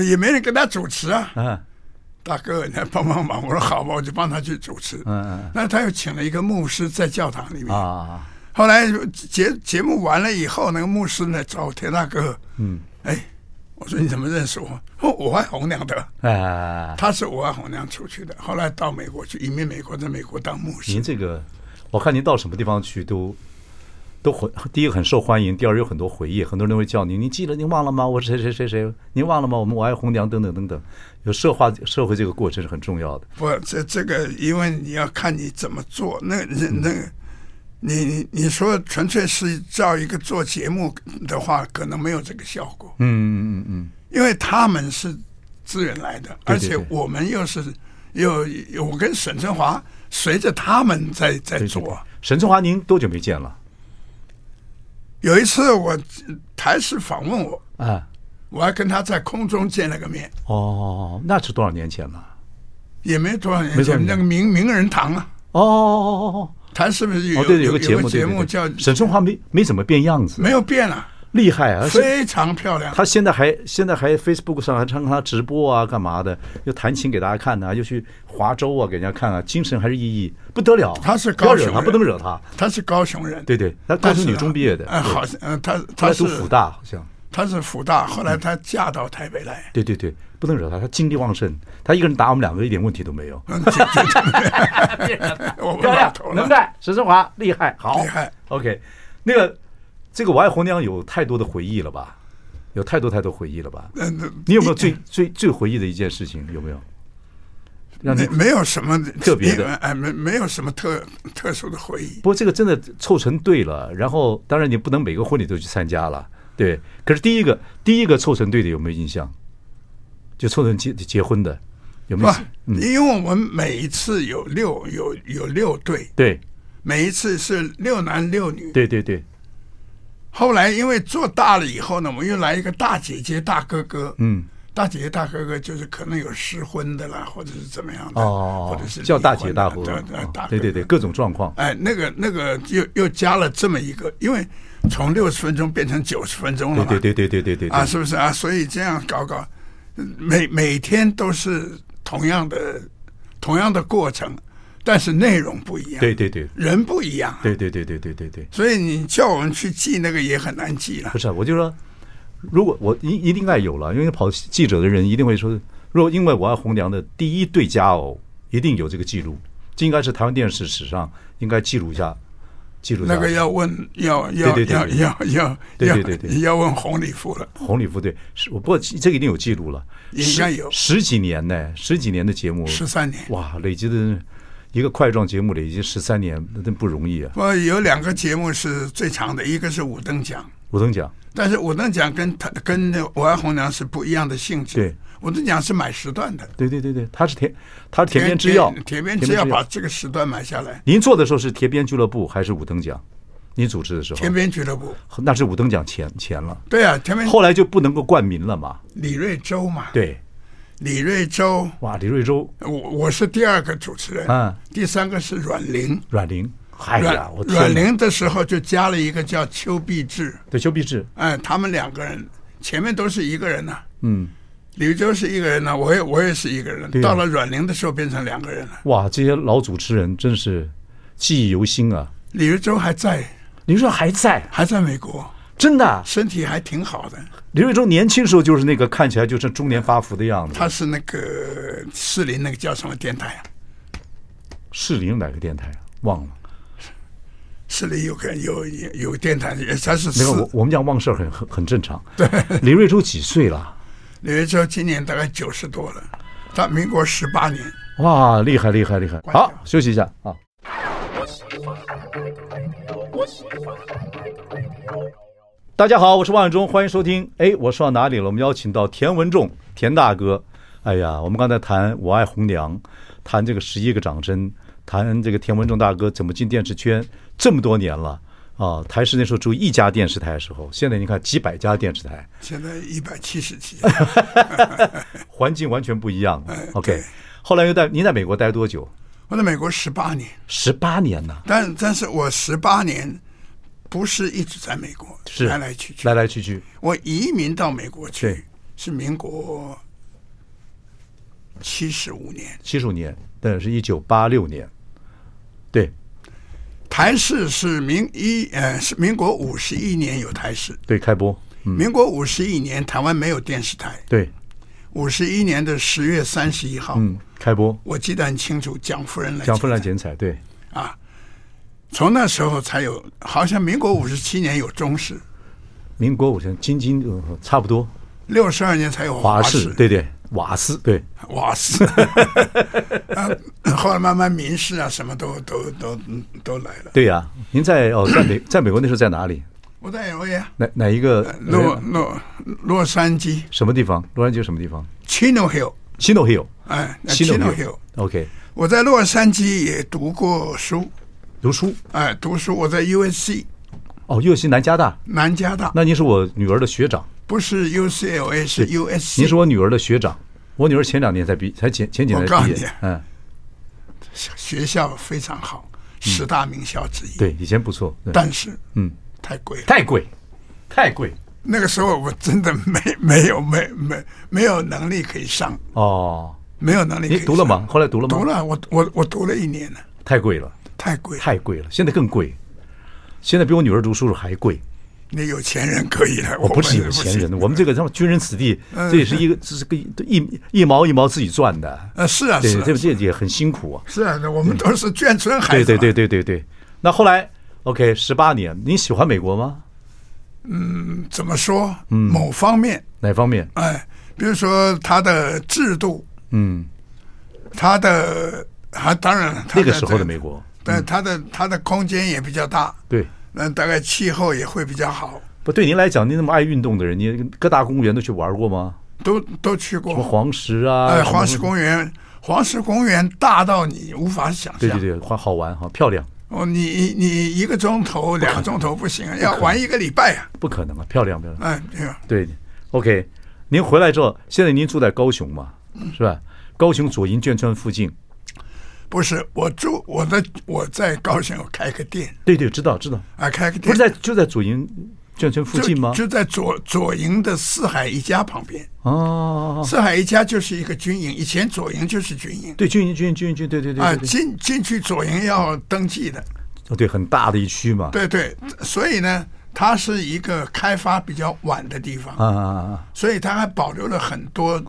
S2: 也没人跟他主持啊。
S1: 嗯
S2: 大哥，你来帮帮忙！我说好吧，我就帮他去主持。
S1: 嗯
S2: 那他又请了一个牧师在教堂里面
S1: 嗯。啊，
S2: 后来节节目完了以后，那个牧师呢找我田大哥，嗯，哎，我说你怎么认识我？哦，我爱红娘的，
S1: 哎，
S2: 他是我爱红娘出去的。后来到美国去移民美国，在美国当牧师
S1: 您。这个，我看您到什么地方去都都回，第一个很受欢迎，第二有很多回忆，很多人会叫您，您记得您忘了吗？我是谁谁谁谁，您忘了吗？我们我爱红娘等等等等，有社化社会这个过程是很重要的。
S2: 不，这这个因为你要看你怎么做。那个那
S1: 嗯
S2: 那个，你你你说纯粹是照一个做节目的话，可能没有这个效果。
S1: 嗯嗯嗯嗯，
S2: 因为他们是资源来的，
S1: 对
S2: 而
S1: 对
S2: 且
S1: 对
S2: 我们又是又又我跟沈振华随着他们在在
S1: 对
S2: 做。。
S1: 对对沈春华，您多久没见了？
S2: 有一次我呃台视访问我，
S1: 啊，
S2: 我还跟他在空中见了个面，
S1: 哦，那是多少年前了？
S2: 也没多少年
S1: 没多少
S2: 前
S1: 年
S2: 那个名名人堂啊，
S1: 哦哦哦
S2: 台视不是
S1: 哦
S2: 有、
S1: 哦，对，
S2: 有
S1: 个节目，
S2: 个节目
S1: 对对对
S2: 叫
S1: 沈春华没没怎么变样子，
S2: 没有变啊，
S1: 厉害啊！是
S2: 非常漂亮。
S1: 他现在还现在还 Facebook 上还常常直播啊，干嘛的？又弹琴给大家看呐、又去划舟啊，给人家看啊，精神还是奕奕，不得了。
S2: 他是
S1: 不要
S2: 高雄哎
S1: 惹
S2: 人，
S1: 他，不能惹他。
S2: 他是高雄人，
S1: 对对，他他
S2: 但
S1: 是
S2: 是啊，
S1: 女中毕业的，
S2: 嗯，
S1: 对
S2: 好像，嗯，他
S1: 后
S2: 他
S1: 来
S2: 是
S1: 读辅大好像。
S2: 她是辅大，后来她嫁到台北来，
S1: 对对对，不能惹他，他精力旺盛，他一个人打我们两个一点问题都没有。
S2: 嗯，这这 我们
S1: 漂
S2: 老
S1: 亮
S2: 头，
S1: 嗯能
S2: 了，
S1: 干，沈振华厉害，好，
S2: 厉害。
S1: OK，那个这个《我爱红娘》有太多的回忆了吧？有太多太多回忆了吧？
S2: 嗯，
S1: 你有没有最最最回忆的一件事情？有没有？让你
S2: 没没有什么
S1: 特别的
S2: 哎，没没有什么特特殊的回忆。
S1: 不过这个真的凑成对了，然后当然你不能每个婚礼都去参加了，对。可是第一个第一个凑成对的有没有印象？就凑成结结婚的有没
S2: 不
S1: 有？，嗯，
S2: 因为我们每一次有六有有六对，
S1: 对
S2: 每一次是六男六女。
S1: 对对对，
S2: 后来因为做大了以后呢，我们又来一个大姐姐、大哥哥。
S1: 嗯，
S2: 大姐姐、大哥哥就是可能有失婚的啦，或者是怎么样的，
S1: 哦
S2: 或者是，
S1: 叫大
S2: 离
S1: 姐
S2: 婚的
S1: 大哥，
S2: 啊对对
S1: 哦
S2: 大哥哥
S1: 对对对，各种状况，
S2: 哎，那个那个又又加了这么一个，因为从六十分钟变成九十分钟
S1: 对
S2: 了嘛，
S1: 对对对对对对
S2: 啊，
S1: 对，
S2: 是不是啊？所以这样搞搞，每每天都是同样的同样的过程，但是内容不一样，
S1: 对对对
S2: 人不一样，啊
S1: 对对对对对对对。
S2: 所以你叫我们去记那个也很难记了
S1: 不。是，我就说，如果我一一定该有了，因为跑记者的人一定会说，如果因为我爱红娘的第一对佳偶，一定有这个记录，这应该是台湾电视史上应该记录一下，记录一下
S2: 那个要问，要要
S1: 对对
S2: 要
S1: 对
S2: 要要
S1: 对
S2: 要
S1: 对对对
S2: 要问洪礼夫了。
S1: 红礼部队是，我不过这个一定有记录了，
S2: 应
S1: 十
S2: 该有
S1: 十几年呢，十几年的节目，
S2: 13年
S1: 哇，累积的一个块状节目累积十三年，那真不容易啊！
S2: 我有两个节目是最长的，一个是五等奖，
S1: 我等奖，
S2: 但是五等奖跟他跟那我爱红娘是不一样的性质。
S1: 对，
S2: 五等奖是买时段的，
S1: 对对对对，他是田，他是田边之哦药，
S2: 铁边制药把这个时段买下来。
S1: 您做的时候是田边俱乐部还是五等奖？您主持的时候，
S2: 田边俱乐部，
S1: 那是五等奖前前了，
S2: 对啊，田边
S1: 后来就不能够冠名了嘛。
S2: 李瑞洲嘛，
S1: 对，
S2: 李瑞洲，
S1: 哇，李瑞洲、
S2: 我我是第二个主持人，
S1: 嗯
S2: 第三个是阮玲，
S1: 阮玲，哎呀，
S2: 阮
S1: 我天哪
S2: 阮玲的时候就加了一个叫邱必志，
S1: 对邱必志，
S2: 哎，他们两个人前面都是一个人呐、
S1: 嗯，
S2: 李瑞洲是一个人呢、我也我也是一个人，
S1: 对啊
S2: 到了阮玲的时候变成两个人了，
S1: 哇，这些老主持人真是记忆犹新啊。
S2: 李瑞洲还在
S1: 李瑞洲还在，啊
S2: 还在美国，
S1: 真的啊，
S2: 身体还挺好的，
S1: 李瑞洲年轻时候就是那个看起来就是中年发福的样子。
S2: 他是那个士林那个叫什么电台啊？
S1: 士林哪个电台啊？忘了。
S2: 市里有个有有有电台，他是
S1: 没有，我
S2: 四，
S1: 我们讲忘事儿很很很正常。对，李瑞洲几岁了？
S2: 李瑞洲今年大概九十多了，他民国十八年。
S1: 哇，厉害厉害厉害！
S2: 关掉
S1: 好，休息一下啊。大家好，我是万永忠，欢迎收听。哎，我说到哪里了？我们邀请到田文仲，田大哥。哎呀，我们刚才谈《我爱红娘》，谈这个十一个掌声，谈这个田文仲大哥怎么进电视圈，这么多年了啊！台视那时候只有一家电视台的时候，现在你看几百家电视台，
S2: 现在一百七 十集，
S1: 环境完全不一样了。OK，
S2: 哎对
S1: 后来又在您在美国待多久？
S2: 我在美国十八年，
S1: 十八年呢、
S2: 但但是我十八年不是一直在美国，
S1: 是
S2: 来来去去。
S1: 来来去去，
S2: 我移民到美国
S1: 对
S2: 去是民国七十五年，
S1: 七十五年，但是一九八六年，对
S2: 台视是民一呃是民国五十一年有台视，
S1: 对，开播，
S2: 民国五十一年台湾没有电视台，
S1: 对，
S2: 五十一年的十月三十一号，
S1: 嗯，开播，
S2: 我记得很清楚，蒋夫人来
S1: 讲芬兰
S2: 接
S1: 剪彩，对，
S2: 待从那时候才有，好像民国五十七年有中视，
S1: 民国五十年，金金、呃差不多，
S2: 六十二年才有
S1: 华
S2: 视，
S1: 视，对对，瓦斯，对，
S2: 瓦氏， 啊，后来慢慢民视啊，什么都都都都来了。
S1: 对呀、您在哦，在美在美国那时候在哪里？
S2: 我在 L A 啊，
S1: 哪哪一个
S2: 洛
S1: 呃
S2: 洛洛杉矶
S1: 什么地方？洛杉矶什么地方
S2: Chino Hill，
S1: ？Chino Hill，
S2: 哎那，Chino Hill，
S1: ，OK，
S2: 我在洛杉矶也读过书，
S1: 读书
S2: 哎，读书我在 U S C
S1: 哦，又西南加大，
S2: 南加大，
S1: 那您是我女儿的学长，
S2: 不是 U C L A 是 U S C。
S1: 您是我女儿的学长，我女儿前两年才毕，才前前几
S2: 我
S1: 年
S2: 告
S1: 才
S2: 诉
S1: 毕
S2: 你
S1: 业，嗯，
S2: 学校非常好，十大名校之一。
S1: 对，以前不错，对，
S2: 但是
S1: 嗯，
S2: 太贵了。
S1: 太贵，太贵
S2: 那个时候我真的没 没有没没没有能力可以上，
S1: 哦。
S2: 没有能力可以
S1: 你
S2: 上。
S1: 读了吗？？后来读了吗？
S2: 读，了，我我我读了一年了，
S1: 太贵了，
S2: 太贵了。
S1: 太贵了，现在更贵，现在比我女儿读书时候还贵。
S2: 那有钱人可以了，
S1: 我哦不是
S2: 们
S1: 有钱人，
S2: 哦不行嗯
S1: 我们这个他妈军人子弟，这也是一个这是个一一一毛一毛自己赚的，
S2: 呃是啊
S1: 对
S2: 是，啊
S1: 这这也很辛苦啊。
S2: 是啊，那我们都是眷村孩
S1: 对
S2: 子，
S1: 对对，对对对。那后来，OK，十八年，你喜欢美国吗？
S2: 怎么说？
S1: 嗯
S2: 某方面，
S1: 哪方面？
S2: 哎，比如说他的制度，
S1: 嗯，
S2: 他的还当然了，它
S1: 那个时候的美
S2: 国，
S1: 国，嗯
S2: 但他的他的空间也比较大，
S1: 对，
S2: 那大概气候也会比较好，
S1: 不对您来讲，您那么爱运动的人，你各大公园都去玩过吗？
S2: 都都去
S1: 什么
S2: 过，
S1: 黄石啊？
S2: 哎，
S1: 什么
S2: 黄石公园，黄石公园大到你无法想
S1: 对对
S2: 象，
S1: 对，好好玩哈，漂亮，
S2: 哦，你你一个钟头、两个钟头不行啊，要玩一个礼拜啊，
S1: 不可能啊，漂亮漂亮。
S2: 哎，对吧？
S1: 对，OK，您回来之后，现在您住在高雄嘛，
S2: 嗯
S1: 是吧？高雄左营眷村附近。
S2: 不是，我住我的我在高雄有开个店
S1: 对对，知道知道，
S2: 啊，开个
S1: 不
S2: 店
S1: 是在就在左营眷村附
S2: 就
S1: 近吗？
S2: 就在左左营的四海一家旁边，
S1: 哦，
S2: 四海一家就是一个军营，以前左营就是军营
S1: 对，军营军营军营军，对对对
S2: 啊，
S1: 对对，
S2: 进进去左营要登记的，
S1: 哦对，很大的一区嘛。
S2: 对对，所以呢，它是一个开发比较晚的地方，
S1: 啊啊啊啊，
S2: 所以它还保留了很多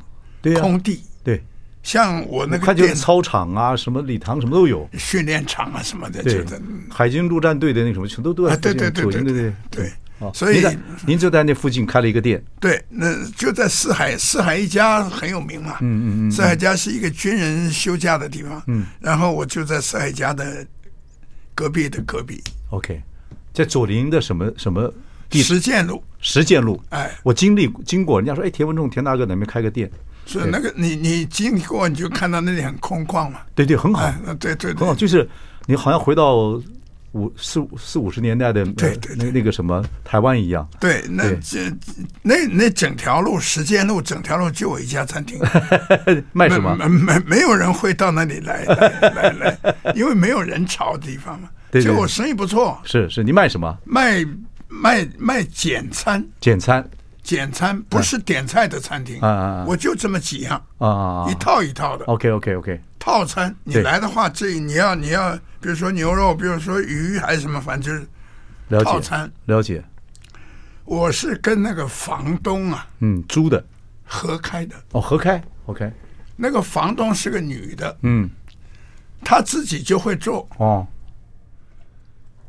S1: 对呀、
S2: 空地，
S1: 对，
S2: 像我那
S1: 它
S2: 个
S1: 就是
S2: 店
S1: 操场啊，什么礼堂什么都有。
S2: 训练场啊什么的，就
S1: 对
S2: 是，
S1: 海军陆战队的那什么，全都都在
S2: 啊，
S1: 附
S2: 对
S1: 近
S2: 对对
S1: 左营
S2: 对
S1: 对对
S2: 对
S1: 哦，
S2: 所
S1: 您
S2: 以
S1: 在您就在那附近开了一个店，
S2: 对，那就在四海，四海一家很有名嘛。嗯嗯嗯。四海家是一个军人休假的地方。嗯。然后我就在四海家的隔壁的隔壁
S1: OK，在左营的什么什么地
S2: 实践路，
S1: 实践路，
S2: 哎，
S1: 我经历经过，人家说，哎，田文仲田大哥在那边开个店，
S2: 所以那个你你经过你就看到那里很空旷嘛。
S1: 对对，很好，
S2: 哎，那对对
S1: 很好，
S2: 对，
S1: 哦就是你好像回到五四五四五十年代的呃
S2: 对对
S1: 那那个什么台湾一 样，
S2: 对，那
S1: 对
S2: 这那那整条路实践路整条路就我一家餐厅，
S1: 卖
S2: 没
S1: 什么？
S2: 没没没有人会到那里 来来来来，因为没有人潮的地方嘛。
S1: 对对
S2: 就我生意不错，
S1: 是是，你卖什么？
S2: 卖卖卖简餐。
S1: 简餐
S2: 简餐，不是点菜的餐厅
S1: 啊啊啊
S2: 我就这么几样，
S1: 啊
S2: 一套一套的
S1: o k OK OK，
S2: 套餐。你
S1: 对
S2: 来的话，这你要你要，比如说牛肉，比如说鱼还是什么，反正就是
S1: 了
S2: 套
S1: 解
S2: 餐。
S1: 了解，
S2: 我是跟那个房东啊
S1: 嗯，租的
S2: 合开的，
S1: 哦，合开 OK，
S2: 那个房东是个女的，
S1: 嗯，
S2: 她自己就会做。
S1: 哦，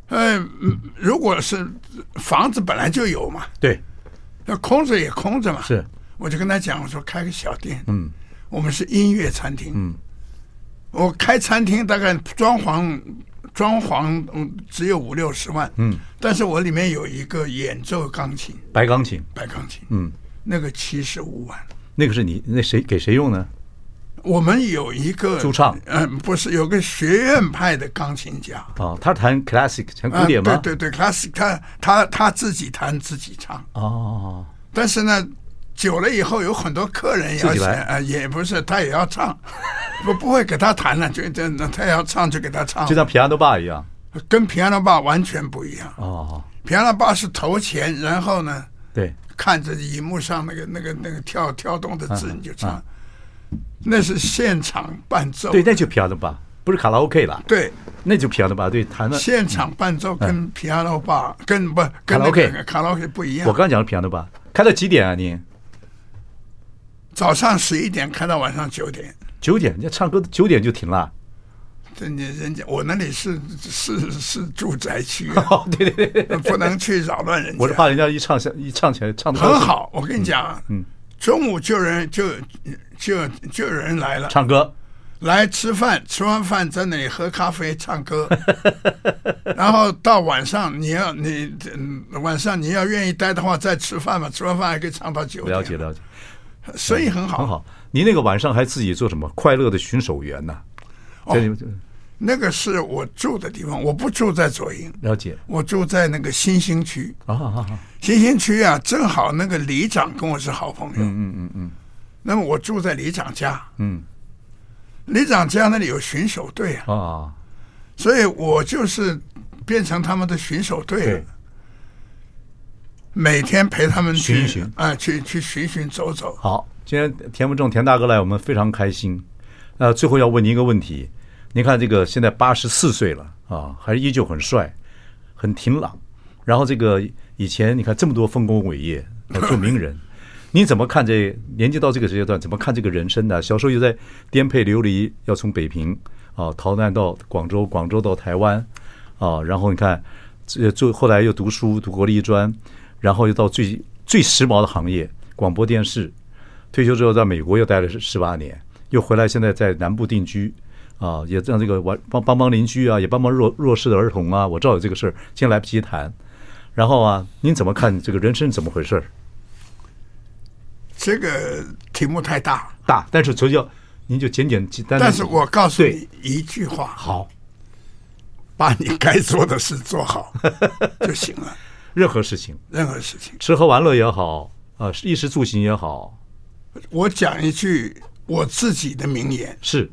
S2: 呃，嗯如果是房子本来就有嘛，
S1: 对，
S2: 那空着也空着嘛。
S1: 是，
S2: 我就跟他讲，我说开个小店，
S1: 嗯，
S2: 我们是音乐餐厅，嗯，我开餐厅大概装潢装潢嗯只有五六十万，嗯，但是我里面有一个演奏钢琴，
S1: 白钢琴，
S2: 白钢琴，
S1: 嗯，
S2: 那个七十五万。
S1: 那个是你那谁给谁用呢？
S2: 我们有一个
S1: 驻唱
S2: 嗯、不是有个学院派的钢琴家，
S1: 哦，他弹 classic 弹古
S2: 啊，对
S1: 典吗？
S2: 对对，classic，他他他自己弹自己唱，
S1: 哦，
S2: 但是呢，久了以后有很多客人也要
S1: 自己来
S2: 啊、呃也不是他也要唱， 我不会给他弹了，就就那他要唱就给他唱
S1: 就，像 piano bar 一样。
S2: 跟平安的爸完全不一样。
S1: 哦，
S2: 平安的爸是投钱，然后呢
S1: 对，
S2: 看着荧幕上那个那个那个跳跳动的字你就唱，那是现场伴奏，
S1: 嗯对，那就 piano bar，不是卡拉 OK 啦，
S2: 对
S1: 那就 piano bar，对，弹的。
S2: 现场伴奏跟平安的爸跟不
S1: 卡
S2: 跟
S1: 拉
S2: 那
S1: OK
S2: 个卡拉 OK 不一
S1: 我
S2: 样，
S1: 刚讲的 piano bar，开到几点啊？您
S2: 早上十一点开到晚上九点。
S1: 九点，人家唱歌九点就停了。
S2: 这你人家我那里是是是住宅区、啊
S1: 哦，对对对，
S2: 不能去扰乱人家。
S1: 我是怕人家一唱一唱起来唱得高
S2: 很
S1: 兴，
S2: 好，我跟你讲，嗯，中午就有人就就就有人来了，
S1: 唱歌
S2: 来吃饭，吃完饭在那里喝咖啡、唱歌， 然后到晚上你要你嗯晚上你要愿意待的话再吃饭嘛，吃完饭还可以唱到九点，
S1: 了解了解，
S2: 生意很好，
S1: 很。好。您那个晚上还自己做什么快乐的巡守员呢？在你们
S2: 那个是我住的地方，我不住在左营，
S1: 了解
S2: 我住在那个新兴区。
S1: 啊啊啊！
S2: 新兴区啊，正好那个里长跟我是好朋友。嗯嗯嗯。那么我住在里长家。嗯。里长家那里有巡守队啊，
S1: 啊啊，
S2: 所以我就是变成他们的巡守队了
S1: 对。
S2: 每天陪他们去
S1: 巡一巡
S2: 啊，去去巡巡走走。
S1: 好，今天田文正田大哥来，我们非常开心。呃，最后要问您一个问题，您看这个现在八十四岁了啊，还依旧很帅，很挺朗，然后这个以前你看这么多丰功伟业，呃做名人，你怎么看这年纪到这个阶段，怎么看这个人生呢？小时候又在颠沛流离，要从北平啊逃难到广州，广州到台湾啊，然后你看这做后来又读书，读国立艺专，然后又到最最时髦的行业广播电视，退休之后在美国又待了十八年，又回来现在在南部定居。啊，也让这个玩帮帮帮邻居啊，也帮帮弱弱势的儿童啊。我知道有这个事儿，今天来不及谈。然后啊，您怎么看这个人生怎么回事儿？
S2: 这个题目太大，
S1: 大，但是所以要您就简简单单。
S2: 但是我告诉
S1: 对
S2: 你一句话：
S1: 好，
S2: 把你该做的事 做好就行了。
S1: 任何事情，
S2: 任何事情，
S1: 吃喝玩乐也好，啊，衣食住行也好，
S2: 我讲一句我自己的名言：
S1: 是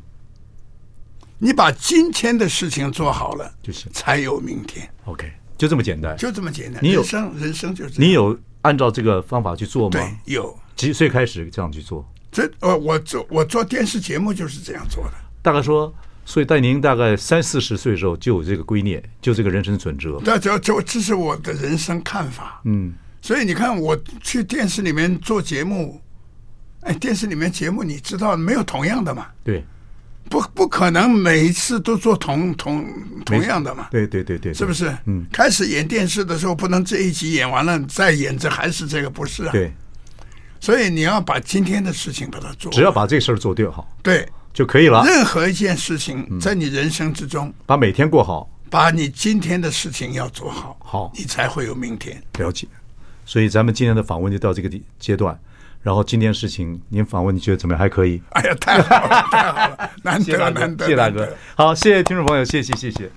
S2: 你把今天的事情做好了
S1: 就行
S2: 才有明天，
S1: OK，就这么简单。
S2: 就这么简单。
S1: 你有
S2: 人生，人生就是这样
S1: 你有按照这个方法去做吗
S2: 对？有
S1: 几岁开始这样去做？
S2: 这我我做我做电视节目就是这样做的。
S1: 大概说，所以在您大概三四十岁的时候就有这个归念，就这个人生准则。
S2: 那这这这是我的人生看法。
S1: 嗯，
S2: 所以你看，我去电视里面做节目，哎，电视里面节目你知道没有同样的嘛？
S1: 对，
S2: 不不可能每一次都做同同同样的嘛？
S1: 对对对对，
S2: 是不是？
S1: 嗯，
S2: 开始演电视的时候，不能这一集演完了再演，这还是这个不是啊？。
S1: 对，
S2: 所以你要把今天的事情把它做好，
S1: 只要把这事儿做对好
S2: 对
S1: 就可以了，
S2: 任何一件事
S1: 嗯
S2: 情在你人生之中，
S1: 把每天过好，
S2: 把你今天的事情要做好，
S1: 好
S2: 你才会有明天。
S1: 了解。所以咱们今天的访问就到这个地阶段，然后今天事情您访问你觉得怎么样？还可以？
S2: 哎呀，太好了，太好了，难
S1: 谢谢
S2: 得
S1: 大
S2: 难
S1: 哥，
S2: 得，
S1: 谢谢大
S2: 难得
S1: 哥，好，谢谢听众朋友，谢谢谢谢。